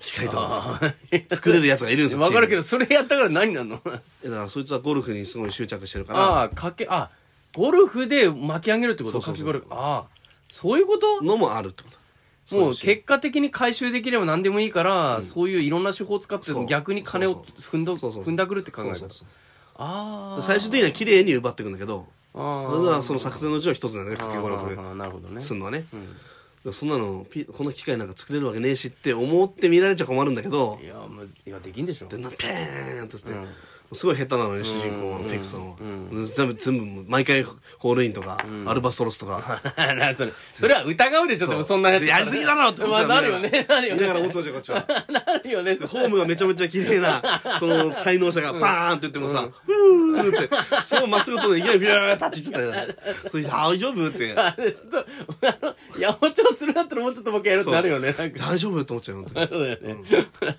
[SPEAKER 1] 機械とかですよ作れるやつがいるんですよ
[SPEAKER 2] わかるけど
[SPEAKER 1] ど
[SPEAKER 2] それやったから何なんの
[SPEAKER 1] だからそいつはゴルフにすごい執着してるから
[SPEAKER 2] ああかけあゴルフで巻き上げるってこと
[SPEAKER 1] そうそうそ
[SPEAKER 2] かき
[SPEAKER 1] う
[SPEAKER 2] ゴルフああそういうこと
[SPEAKER 1] のもあるってこと
[SPEAKER 2] もう結果的に回収できれば何でもいいから、そういういろんな手法を使って
[SPEAKER 1] そう
[SPEAKER 2] 逆に金を踏んだ
[SPEAKER 1] そうそう
[SPEAKER 2] 踏んだくるって考えた
[SPEAKER 1] そうそうそう
[SPEAKER 2] ああ
[SPEAKER 1] 最終的には綺麗に奪っていくんだけど
[SPEAKER 2] あ
[SPEAKER 1] そ
[SPEAKER 2] ー
[SPEAKER 1] れがその作戦のうちの一つなんだね掛けゴル
[SPEAKER 2] あー
[SPEAKER 1] フ
[SPEAKER 2] なるほどね
[SPEAKER 1] するのはね、
[SPEAKER 2] うん
[SPEAKER 1] そんなのピこの機械なんか作れるわけねえしって思って見られちゃ困るんだけど
[SPEAKER 2] いやむいやできんでしょ
[SPEAKER 1] でなペーンとして、
[SPEAKER 2] うん
[SPEAKER 1] すごい下手なのね主人公のペクさんは、
[SPEAKER 2] う
[SPEAKER 1] 全部全部もう毎回ホールインとか、アルバストロスとか。
[SPEAKER 2] なそれそれは疑うでしょでもそんなやつ
[SPEAKER 1] やりすぎだろって思
[SPEAKER 2] ま
[SPEAKER 1] っちゃ
[SPEAKER 2] あ
[SPEAKER 1] う
[SPEAKER 2] なるよねなるよ
[SPEAKER 1] 見ながら思
[SPEAKER 2] ね
[SPEAKER 1] ってましたよこっちは
[SPEAKER 2] なるよね
[SPEAKER 1] ホームがめちゃめちゃ綺麗なその滞納者がバーンって言ってもさ「うーってそうまっすぐ飛んでいきなりビュー立ち行ってたよそれ大丈夫?」って
[SPEAKER 2] あれちょっとあの八百長するんだったらもうちょっと僕やるってなるよねなん
[SPEAKER 1] 「
[SPEAKER 2] か
[SPEAKER 1] 大丈夫?」って思っちゃうよ本当に
[SPEAKER 2] そうだよ ね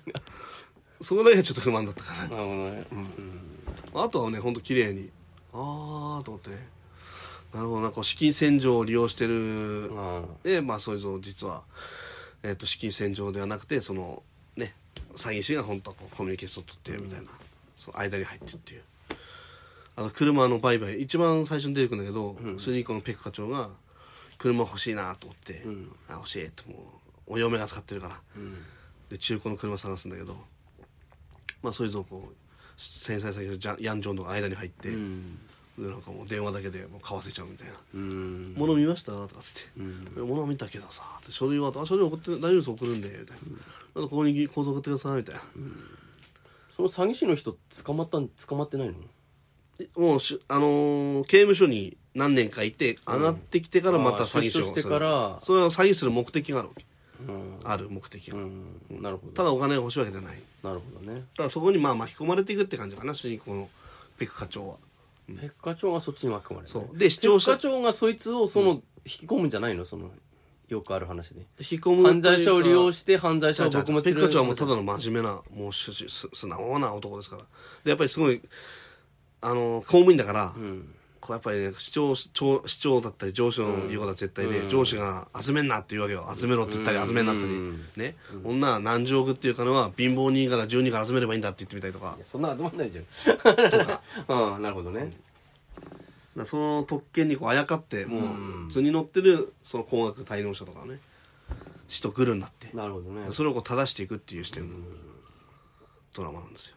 [SPEAKER 1] そこだけはちょっと不満だったか
[SPEAKER 2] なるほどねうん
[SPEAKER 1] らあとはねほんと綺麗にああと思ってねなるほどなこう資金洗浄を利用してる
[SPEAKER 2] うん
[SPEAKER 1] でまあそれぞれ実は、えっと資金洗浄ではなくてそのね詐欺師が本当はこうコミュニケーション取ってみたいな、その間に入ってっていうあの車の売買一番最初に出てくるんだけど、主人公のペク課長が車欲しいなと思って、あ欲しいともうお嫁が使ってるから、で中古の車探すんだけどまあそれぞれこう繊細先のジャンヤンジョンの間に入って、でなんかもう電話だけでもう買わせちゃうみたいな。
[SPEAKER 2] うん
[SPEAKER 1] 物見ましたとかつって「物見たけどさ」って書類はあ書類送って大丈夫です送るんで」みたいな「なんかここに構造送ってください」みたいな
[SPEAKER 2] その詐欺師の人捕まったん捕まってないの
[SPEAKER 1] でもうしあのー刑務所に何年かいて上がってきてからまた
[SPEAKER 2] あ
[SPEAKER 1] 詐
[SPEAKER 2] ー出
[SPEAKER 1] 欺師
[SPEAKER 2] 所し
[SPEAKER 1] を
[SPEAKER 2] てから
[SPEAKER 1] それは詐欺する目的があるわけ
[SPEAKER 2] うん
[SPEAKER 1] ある目的が
[SPEAKER 2] うんなるほ
[SPEAKER 1] た
[SPEAKER 2] ど
[SPEAKER 1] だお金が欲しいわけじゃない
[SPEAKER 2] なるほどね
[SPEAKER 1] だからそこにまあ巻き込まれていくって感じかな主人公のペク課長は
[SPEAKER 2] ペッカ長がそっちに巻き込まれるね
[SPEAKER 1] そうで視聴者
[SPEAKER 2] ペッカ長がそいつをその引き込むんじゃないのそのよくある話で
[SPEAKER 1] 引き込む
[SPEAKER 2] 犯罪者を利用
[SPEAKER 1] し
[SPEAKER 2] して犯罪者を
[SPEAKER 1] じゃあ
[SPEAKER 2] 撲滅す
[SPEAKER 1] ペ
[SPEAKER 2] る
[SPEAKER 1] ッカチョはもうただの真面目なもうししす素直な男ですからでやっぱりすごいあの公務員だから、
[SPEAKER 2] ん
[SPEAKER 1] こうやっぱりね市長市長市長だったり上司の言うことは絶対で、上司が「集めんな」って言うわけよ「集めろ」って言ったり「集めんな」って言ったり、ね女は何十億っていうかのは貧乏人から十人から集めればいいんだって言ってみたりとか
[SPEAKER 2] いやそんな集まんないじゃん うんなるほどね
[SPEAKER 1] だからその特権にこうあやかってもう図に乗ってるその高額滞納者とかね死と来るんだって
[SPEAKER 2] なるほどね
[SPEAKER 1] それをこう正していくっていう視点のドラマなんですよ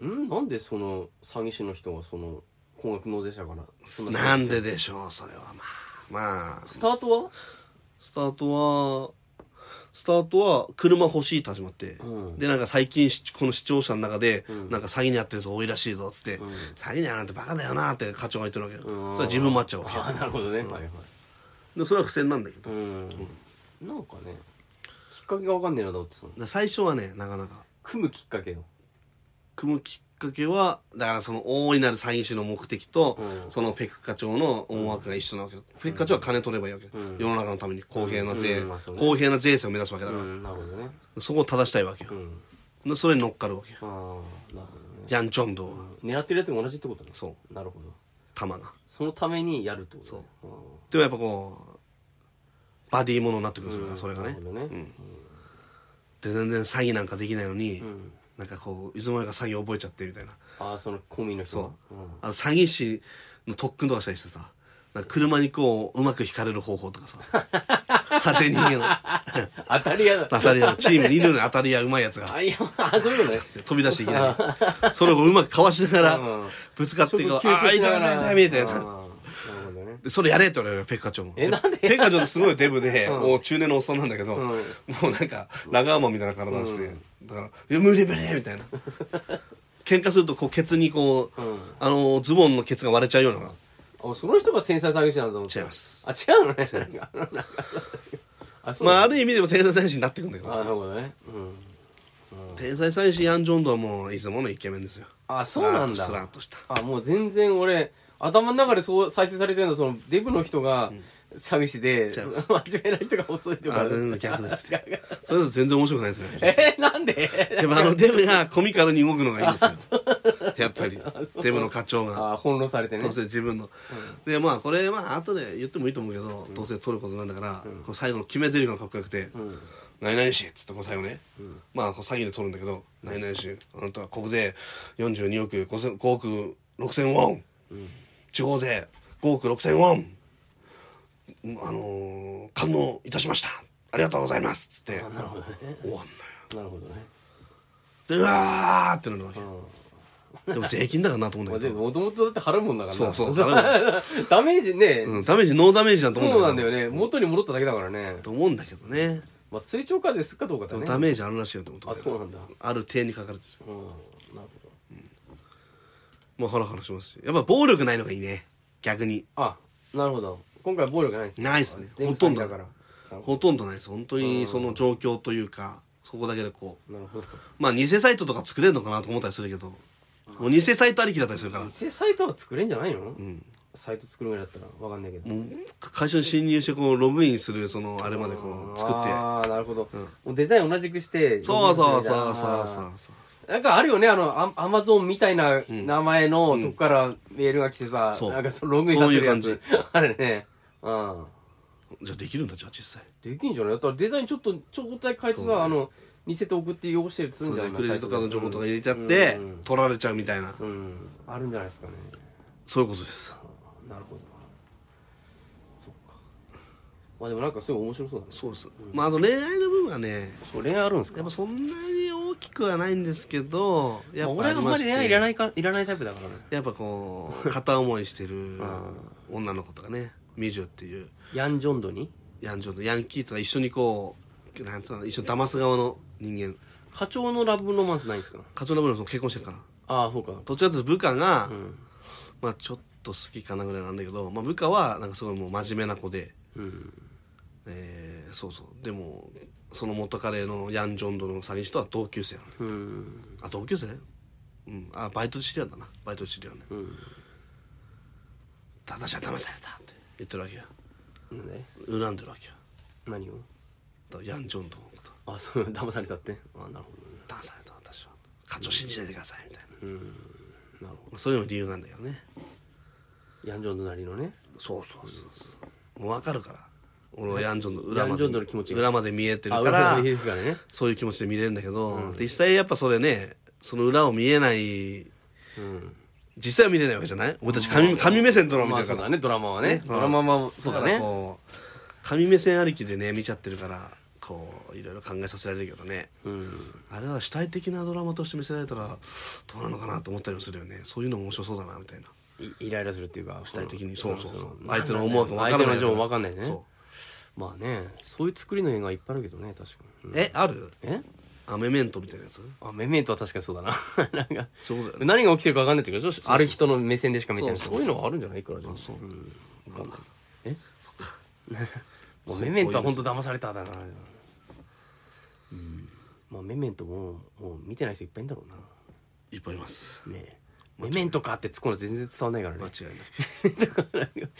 [SPEAKER 2] うんなんでその詐欺師の人がその高額納税者からそん
[SPEAKER 1] なんででしょうそれはまあまあ
[SPEAKER 2] スタートは
[SPEAKER 1] スタートはスタートは車欲しいって始まって、
[SPEAKER 2] うん
[SPEAKER 1] でなんか最近しこの視聴者の中で、なんか詐欺に遭ってる人多いらしいぞっつって、詐欺に遭うなんてバカだよなって課長が言ってるわけよ、
[SPEAKER 2] うん
[SPEAKER 1] それは自分もあっちゃうわ
[SPEAKER 2] ああなるほどねはいはい
[SPEAKER 1] けでそれは不正なんだけど、
[SPEAKER 2] う
[SPEAKER 1] だか
[SPEAKER 2] んなんかねきっかけがわかんねえなと思ってその
[SPEAKER 1] ら最初はねなかなか
[SPEAKER 2] 組むきっかけを
[SPEAKER 1] 組むきっかけはだからその大いなる詐欺師の目的と、
[SPEAKER 2] うん
[SPEAKER 1] そのペク課長の思惑が一緒なわけよ、ペク課長は金取ればいいわけよ、
[SPEAKER 2] うん
[SPEAKER 1] 世の中のために公平な税、
[SPEAKER 2] うんまあそうね
[SPEAKER 1] 公平な税制を目指すわけだ
[SPEAKER 2] う
[SPEAKER 1] から、
[SPEAKER 2] んなるほどね
[SPEAKER 1] そこを正したいわけよ
[SPEAKER 2] う、ん
[SPEAKER 1] でそれに乗っかるわけよ
[SPEAKER 2] ああなるほどね
[SPEAKER 1] ヤンチョンドは
[SPEAKER 2] 狙ってるやつが同じってことね
[SPEAKER 1] そう
[SPEAKER 2] なるほど
[SPEAKER 1] 玉が
[SPEAKER 2] そのためにやるってことね
[SPEAKER 1] でもやっぱこうバディーものになってくるんですよ、
[SPEAKER 2] うん
[SPEAKER 1] それが
[SPEAKER 2] な
[SPEAKER 1] ね
[SPEAKER 2] るほどね
[SPEAKER 1] うんで全然詐欺なんかできないのに、
[SPEAKER 2] ん
[SPEAKER 1] なんかこういつの間にか詐欺覚えちゃってみたいな
[SPEAKER 2] ああそのコミの人が
[SPEAKER 1] そう
[SPEAKER 2] うん
[SPEAKER 1] あの詐欺師の特訓とかしたりしてさなんか車にこううまく引かれる方法とかさ当て逃げの
[SPEAKER 2] 当たり屋だ
[SPEAKER 1] 当たり屋チームにいるのに当たり屋うまいやつが
[SPEAKER 2] あいやあそういうのね
[SPEAKER 1] 飛び出 していきな りそれをうまくかわしなが
[SPEAKER 2] うん
[SPEAKER 1] らぶつかっていく
[SPEAKER 2] そ
[SPEAKER 1] あ
[SPEAKER 2] こ吸収
[SPEAKER 1] あ
[SPEAKER 2] し
[SPEAKER 1] 痛
[SPEAKER 2] な
[SPEAKER 1] い痛
[SPEAKER 2] が
[SPEAKER 1] い
[SPEAKER 2] ら
[SPEAKER 1] 痛いみたい
[SPEAKER 2] ああ
[SPEAKER 1] な
[SPEAKER 2] なるほどね
[SPEAKER 1] でそれやれって言われるよペッカチョも。
[SPEAKER 2] えなんで
[SPEAKER 1] ペッカチョってすごいデブで、もう中年のおっさんなんだけど、もうなんか、ラガーマンみたいな体して、だから、いや無理無理みたいな。喧嘩すると、こう、ケツにこう、
[SPEAKER 2] うん
[SPEAKER 1] あの、ズボンのケツが割れちゃうような。
[SPEAKER 2] あその人が天才詐欺師なんだと思って
[SPEAKER 1] 違います
[SPEAKER 2] あ違うのねなんかあそう
[SPEAKER 1] まあ、
[SPEAKER 2] あ
[SPEAKER 1] ある意味でも天才祭司になってくんだけ
[SPEAKER 2] あな
[SPEAKER 1] ど。
[SPEAKER 2] るほどねうん
[SPEAKER 1] 天才祭司ヤン・ジョンドはもう、いつものイケメンですよ。
[SPEAKER 2] あそうなんだ
[SPEAKER 1] スラーっとスラーっとし
[SPEAKER 2] あもう全然俺頭の中でそう再生されてるのはそのデブの人が詐欺師で、
[SPEAKER 1] 違います
[SPEAKER 2] 真面目な人が遅いと
[SPEAKER 1] た。
[SPEAKER 2] か
[SPEAKER 1] あ、全然逆です。それだと全然面白くないですね。
[SPEAKER 2] えー、なんで
[SPEAKER 1] でもあのデブがコミカルに動くのがいいんですよ。やっぱり。デブの課長が。
[SPEAKER 2] あ翻弄されてね
[SPEAKER 1] どうせ自分の、でまあこれまあ後で言ってもいいと思うけど、どうせ取ることなんだから、こう最後の決め台詞がかっこよくて「何々し」っつってこう最後ね、まあこう詐欺で取るんだけど「何々しあなたは国税42億 5, 5億6千ウォン、地方税5億6千ウォン、あのー、感動いたしましたありがとうございます」っつって
[SPEAKER 2] なるほどね
[SPEAKER 1] 終わんのよ
[SPEAKER 2] なるほどね
[SPEAKER 1] でうわーってなるわけ、
[SPEAKER 2] う
[SPEAKER 1] でも税金だからなと思うん
[SPEAKER 2] ん
[SPEAKER 1] だけ
[SPEAKER 2] で
[SPEAKER 1] ど
[SPEAKER 2] もともとだって払うもんだから
[SPEAKER 1] そうそう
[SPEAKER 2] ダメージね、
[SPEAKER 1] うんダメージノーダメージだと思
[SPEAKER 2] そうなん
[SPEAKER 1] け
[SPEAKER 2] だ
[SPEAKER 1] ど
[SPEAKER 2] よね元に戻っただけだからね
[SPEAKER 1] と思うんだけどね
[SPEAKER 2] まあ追徴課税すっかどうかだね
[SPEAKER 1] ダメージあるらしいよと思って
[SPEAKER 2] あそうなんだ
[SPEAKER 1] ある程にかかるでしょ
[SPEAKER 2] うんなるほど
[SPEAKER 1] まあハラハラしますしやっぱ暴力ないのがいいね逆に
[SPEAKER 2] あなるほど今回暴力ないです
[SPEAKER 1] ないですね
[SPEAKER 2] 全部
[SPEAKER 1] ほとんど
[SPEAKER 2] 詐欺だからなるほ
[SPEAKER 1] ほとんどないです本当にその状況というかそこだけでこう
[SPEAKER 2] どなるほど
[SPEAKER 1] まあ偽サイトとか作れるのかなと思ったりするけどもう偽サイトありきだったりするから
[SPEAKER 2] 偽サイトは作れんじゃないの、
[SPEAKER 1] ん
[SPEAKER 2] サイト作るぐらいだったらわかんないけど
[SPEAKER 1] もう会社に侵入してこうログインするそのあれまでこう作って
[SPEAKER 2] ああなるほど、もうデザイン同じくして
[SPEAKER 1] そうそうそうそうそう
[SPEAKER 2] う
[SPEAKER 1] そう
[SPEAKER 2] なんかあるよねあのアアマゾンみたいな名前のとこからメールが来てさ、
[SPEAKER 1] そう
[SPEAKER 2] なんかそのログインさせるやつ
[SPEAKER 1] そういう
[SPEAKER 2] あれねうん
[SPEAKER 3] じゃあできるんだじゃあ実際
[SPEAKER 2] できんじゃないだからデザインちょっとちょこっとだけ変えて
[SPEAKER 1] そうね
[SPEAKER 2] さあの見せて送って汚してるっつう
[SPEAKER 1] そ
[SPEAKER 2] んじゃ
[SPEAKER 1] れ
[SPEAKER 2] な
[SPEAKER 1] で
[SPEAKER 2] い
[SPEAKER 1] クレジットカードの情報とか入れちゃっ
[SPEAKER 2] うん
[SPEAKER 1] て
[SPEAKER 2] うん
[SPEAKER 1] 取られちゃうみたいな
[SPEAKER 2] うん、うんあるんじゃないですかね
[SPEAKER 1] そういうことです
[SPEAKER 2] なるほどそっかまあでもなんかすごい面白そうだね
[SPEAKER 1] そうですまああと恋愛の部分はね
[SPEAKER 2] そう恋愛あるんですか
[SPEAKER 1] やっぱそんなに大きくはないんですけどやっぱ
[SPEAKER 2] まあ、俺はあんまり恋愛いらないいかいらないタイプだからね
[SPEAKER 1] やっぱこう片思 いしてる女の子とかねミジュっていう
[SPEAKER 2] ヤン・ジョンドに
[SPEAKER 1] ヤンジョンのヤンキーとか一緒にこうなんつうの一緒に騙す側の人間
[SPEAKER 2] 課長のラブロマンスないんですか
[SPEAKER 1] 課長の部の結婚してるから
[SPEAKER 2] ああそうか
[SPEAKER 1] どっちかというと部下が、
[SPEAKER 2] うん
[SPEAKER 1] まあちょっと好きかなぐらいなんだけど、まあ、部下はなんかすごいもう真面目な子で、
[SPEAKER 2] うん
[SPEAKER 1] えーそうそうでもその元彼のヤン・ジョンドの詐欺師とは同級生なの
[SPEAKER 2] うん
[SPEAKER 1] あ同級生うんあバイトで知り合うんだなバイトで知り合うんだよ
[SPEAKER 2] うん
[SPEAKER 1] ただじゃ騙されたって言ってるわけよ
[SPEAKER 2] なんで
[SPEAKER 1] 恨んでるわけよ
[SPEAKER 2] 何を
[SPEAKER 1] だからヤン・ジョンドのこと
[SPEAKER 2] あそう騙されたってあなるほ
[SPEAKER 1] 騙された私は課長信じないでくださいみたいな、
[SPEAKER 2] どねうんなるほ
[SPEAKER 1] まあ、それにも理由があるんだけどね
[SPEAKER 2] どヤン・ジョンドなりのね
[SPEAKER 1] そうそうそうそうもう分かるから俺はヤン・ジョンド裏ま
[SPEAKER 2] ヤン
[SPEAKER 1] で
[SPEAKER 2] ジョンドの気持ちが
[SPEAKER 1] 裏まで見えて
[SPEAKER 2] あ
[SPEAKER 1] るから
[SPEAKER 2] 裏切りですからね
[SPEAKER 1] そういう気持ちで見れるんだけど、実際やっぱそれねその裏を見えない
[SPEAKER 2] うん
[SPEAKER 1] 実際は見れないわけじゃない俺たち神神目線ドラマ
[SPEAKER 2] ま
[SPEAKER 1] 見
[SPEAKER 2] あ
[SPEAKER 1] て
[SPEAKER 2] そう
[SPEAKER 1] るか
[SPEAKER 2] だ
[SPEAKER 1] ら、
[SPEAKER 2] ねドラマは
[SPEAKER 1] ね
[SPEAKER 2] ねドラマはそうだ
[SPEAKER 1] から
[SPEAKER 2] ね
[SPEAKER 1] こう神目線ありきでね見ちゃってるからこういろいろ考えさせられるけどね
[SPEAKER 2] うん
[SPEAKER 1] あれは主体的なドラマとして見せられたらどうなのかなと思ったりもするよねそういうのも面白そうだなみたいない
[SPEAKER 2] イライラするっていうか
[SPEAKER 1] 主体的に
[SPEAKER 2] ん
[SPEAKER 1] そうそうそう
[SPEAKER 2] の
[SPEAKER 1] 相手の思惑も分からない
[SPEAKER 2] 相手の情報分かんないね
[SPEAKER 1] そ
[SPEAKER 2] まあねそういう作りの映画いっぱいあるけどね確かに
[SPEAKER 1] うえある
[SPEAKER 2] え
[SPEAKER 1] アメメントみたいなやつ
[SPEAKER 2] あメメントは確かにそうだな なんか
[SPEAKER 1] そういうことだよね
[SPEAKER 2] 何が起きてるか分かんないってことでしょある人の目線でしか見てない
[SPEAKER 1] そう
[SPEAKER 2] そ
[SPEAKER 1] そう
[SPEAKER 2] ういうのはあるんじゃないいくらじゃ
[SPEAKER 1] そう
[SPEAKER 2] うん分かんないえ そっかメメントは本当騙されただなうんまあメメントももう見てない人いっぱいいんだろうない
[SPEAKER 1] っぱいいます
[SPEAKER 2] ねえメメントかって突っ込んだら全然伝わんないからね
[SPEAKER 1] 間違いなく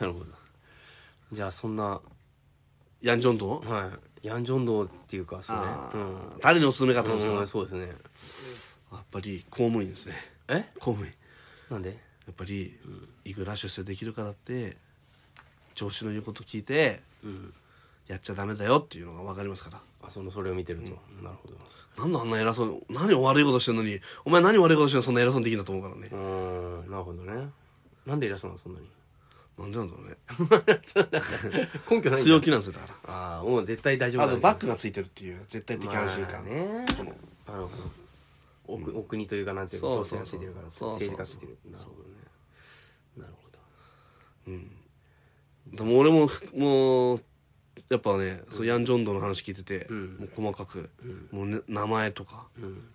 [SPEAKER 2] なるほどじゃあそんな
[SPEAKER 1] ヤン・ジョンドン
[SPEAKER 2] はいヤン・ジョンドーっていうかそうね
[SPEAKER 1] あ
[SPEAKER 2] う
[SPEAKER 1] ー
[SPEAKER 2] ん
[SPEAKER 1] 誰におすすめかと思うんですけど
[SPEAKER 2] うんそうですね
[SPEAKER 1] やっぱり公務員ですね
[SPEAKER 2] え
[SPEAKER 1] 公務員
[SPEAKER 2] なんで
[SPEAKER 1] やっぱりいくら出世できるからって上司の言うこと聞いて
[SPEAKER 2] うん
[SPEAKER 1] やっちゃダメだよっていうのが分かりますから
[SPEAKER 2] あそのそれを見てると、なるほど
[SPEAKER 1] なんであんな偉そうに何悪いことしてんのにお前何悪いことしてんのそんな偉そうにできんだと思うからね
[SPEAKER 2] うーんなるほどねなんで偉そうなのそんなに
[SPEAKER 1] なんでなんだろうね
[SPEAKER 2] 根拠ないんだ
[SPEAKER 1] 強気なんですよだか
[SPEAKER 2] ああもう絶対大丈夫
[SPEAKER 1] らあ
[SPEAKER 2] だ
[SPEAKER 1] と
[SPEAKER 2] ね
[SPEAKER 1] バックがついてるっていう絶対的安心
[SPEAKER 2] まあ
[SPEAKER 1] 感
[SPEAKER 2] ね
[SPEAKER 1] その
[SPEAKER 2] なるほどおくお国というかなんていうか
[SPEAKER 1] そう
[SPEAKER 2] 統治
[SPEAKER 1] そう
[SPEAKER 2] がついてるから
[SPEAKER 1] そう
[SPEAKER 2] 政治がついてる
[SPEAKER 1] そう
[SPEAKER 2] なるほどねなるほど
[SPEAKER 1] でも俺ももうやっぱね、そうヤン・ジョンドの話聞いてて、もう細かく、もうね、名前とか、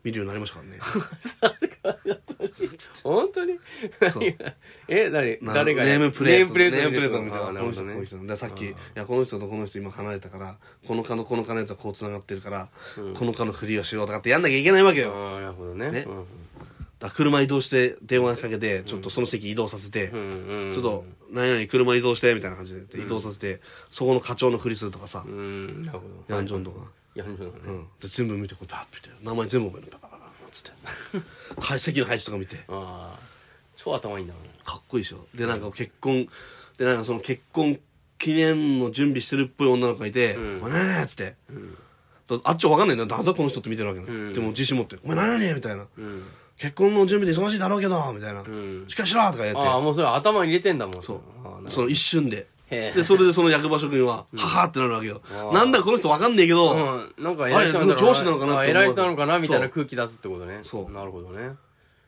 [SPEAKER 1] 見るようになりましたから ね
[SPEAKER 2] 本当に
[SPEAKER 1] そう
[SPEAKER 2] え誰
[SPEAKER 1] な
[SPEAKER 2] 誰がや
[SPEAKER 1] ネームプレートネ
[SPEAKER 2] ネ
[SPEAKER 1] ー
[SPEAKER 2] ーム
[SPEAKER 1] ムプ
[SPEAKER 2] プレー
[SPEAKER 1] レート
[SPEAKER 2] ト
[SPEAKER 1] みたいな
[SPEAKER 2] あーな
[SPEAKER 1] こ
[SPEAKER 2] る
[SPEAKER 1] の
[SPEAKER 2] ほ
[SPEAKER 1] 人
[SPEAKER 2] どね
[SPEAKER 1] とこの人だからさっきいやこの人とこの人今離れたからこの科のこの科のやつはこうつながってるから、この科のフリをしようとかってやんなきゃいけないわけ
[SPEAKER 2] あ
[SPEAKER 1] よ、だか
[SPEAKER 2] ーなるほどね
[SPEAKER 1] ね
[SPEAKER 2] うん
[SPEAKER 1] ら車移動して電話かけてちょっとその席移動させて、
[SPEAKER 2] うんうん
[SPEAKER 1] ちょっと何々車移動してみたいな感じで移動させて、そこの課長のフリするとかさ、
[SPEAKER 2] うんなるほど
[SPEAKER 1] ヤン・ジョンドが。
[SPEAKER 2] ヤンジョンドー
[SPEAKER 1] う
[SPEAKER 2] ね
[SPEAKER 1] ん、で全部見てこうパッて見て名前全部覚えるのパパパパパッつってはい席の配置とか見てか
[SPEAKER 2] ああ超頭いいんだもん
[SPEAKER 1] っこいいでしょでなんか結婚でなんかその結婚記念の準備してるっぽい女の子がいて「お前何々」っつって、だあっちは分かんないんだよだだこの人って見てるわけね、でも自信持って「お前何々」みたいな、結婚の準備で忙しいだろうけど」みたいな「しっかりしろ」とかやって
[SPEAKER 2] ああもうそれ頭に入れてんだもん
[SPEAKER 1] そう
[SPEAKER 2] あーなる
[SPEAKER 1] その一瞬で
[SPEAKER 2] へえ
[SPEAKER 1] でそれでその役場職員は「はは」ってなるわけよ、なんだこの人分かんねえけど、
[SPEAKER 2] うん、なんか偉い人なんだろう
[SPEAKER 1] あれ上司なのかなって思う
[SPEAKER 2] あ偉い人なのかなみたい
[SPEAKER 1] そ
[SPEAKER 2] な
[SPEAKER 1] う
[SPEAKER 2] 空気出すってことね
[SPEAKER 1] そう
[SPEAKER 2] なるほどね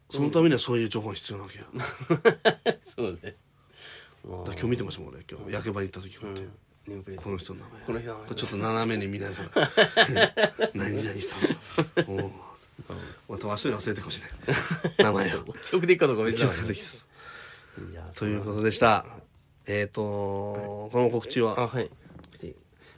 [SPEAKER 1] そのためにはそういう情報が必要なわけよ
[SPEAKER 2] そうね
[SPEAKER 1] だから今日見てましたもん俺今日役場に行った時こうやって、
[SPEAKER 2] ネームプレー
[SPEAKER 1] こ
[SPEAKER 2] ト
[SPEAKER 1] の人の名前
[SPEAKER 2] この人の名前
[SPEAKER 1] ちょっと斜めに見なが ら何々さ んおおまた忘れ忘れてほしいね名前 を
[SPEAKER 2] 記憶でいいかどうか別
[SPEAKER 1] 記
[SPEAKER 2] だ
[SPEAKER 1] 憶
[SPEAKER 2] からね
[SPEAKER 1] ができた
[SPEAKER 2] じゃあ
[SPEAKER 1] ということでしたえっ、ー、とこの告知
[SPEAKER 2] あ
[SPEAKER 1] は
[SPEAKER 2] はい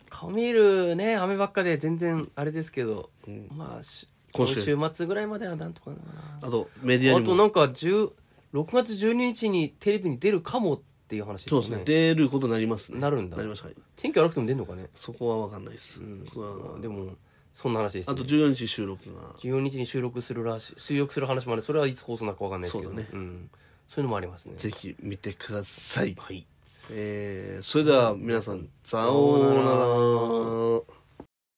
[SPEAKER 2] カミールね雨ばっかで全然あれですけど、まあし
[SPEAKER 1] 今
[SPEAKER 2] 今
[SPEAKER 1] 週
[SPEAKER 2] 週末ぐらいまではなんとかなのかな
[SPEAKER 1] あとメディア
[SPEAKER 2] あ
[SPEAKER 1] に
[SPEAKER 2] とな
[SPEAKER 1] も
[SPEAKER 2] んか10 6月12日にテレビに出るかもっていう話
[SPEAKER 1] そうですね出ることになりますね
[SPEAKER 2] なるんだ
[SPEAKER 1] なりましたはい
[SPEAKER 2] 天気悪くても出るのかね、
[SPEAKER 1] そこは分かんないです、それは
[SPEAKER 2] うんでもそんな話です、ね、
[SPEAKER 1] あと14日収録が
[SPEAKER 2] 14日に収録するらしい収録する話もあるそれはいつ放送になるかわかんないですけど
[SPEAKER 1] そうだね
[SPEAKER 2] ん、そういうのもありますね
[SPEAKER 1] ぜひ見てください
[SPEAKER 2] はい
[SPEAKER 3] えー、それでは皆さん、さようなら。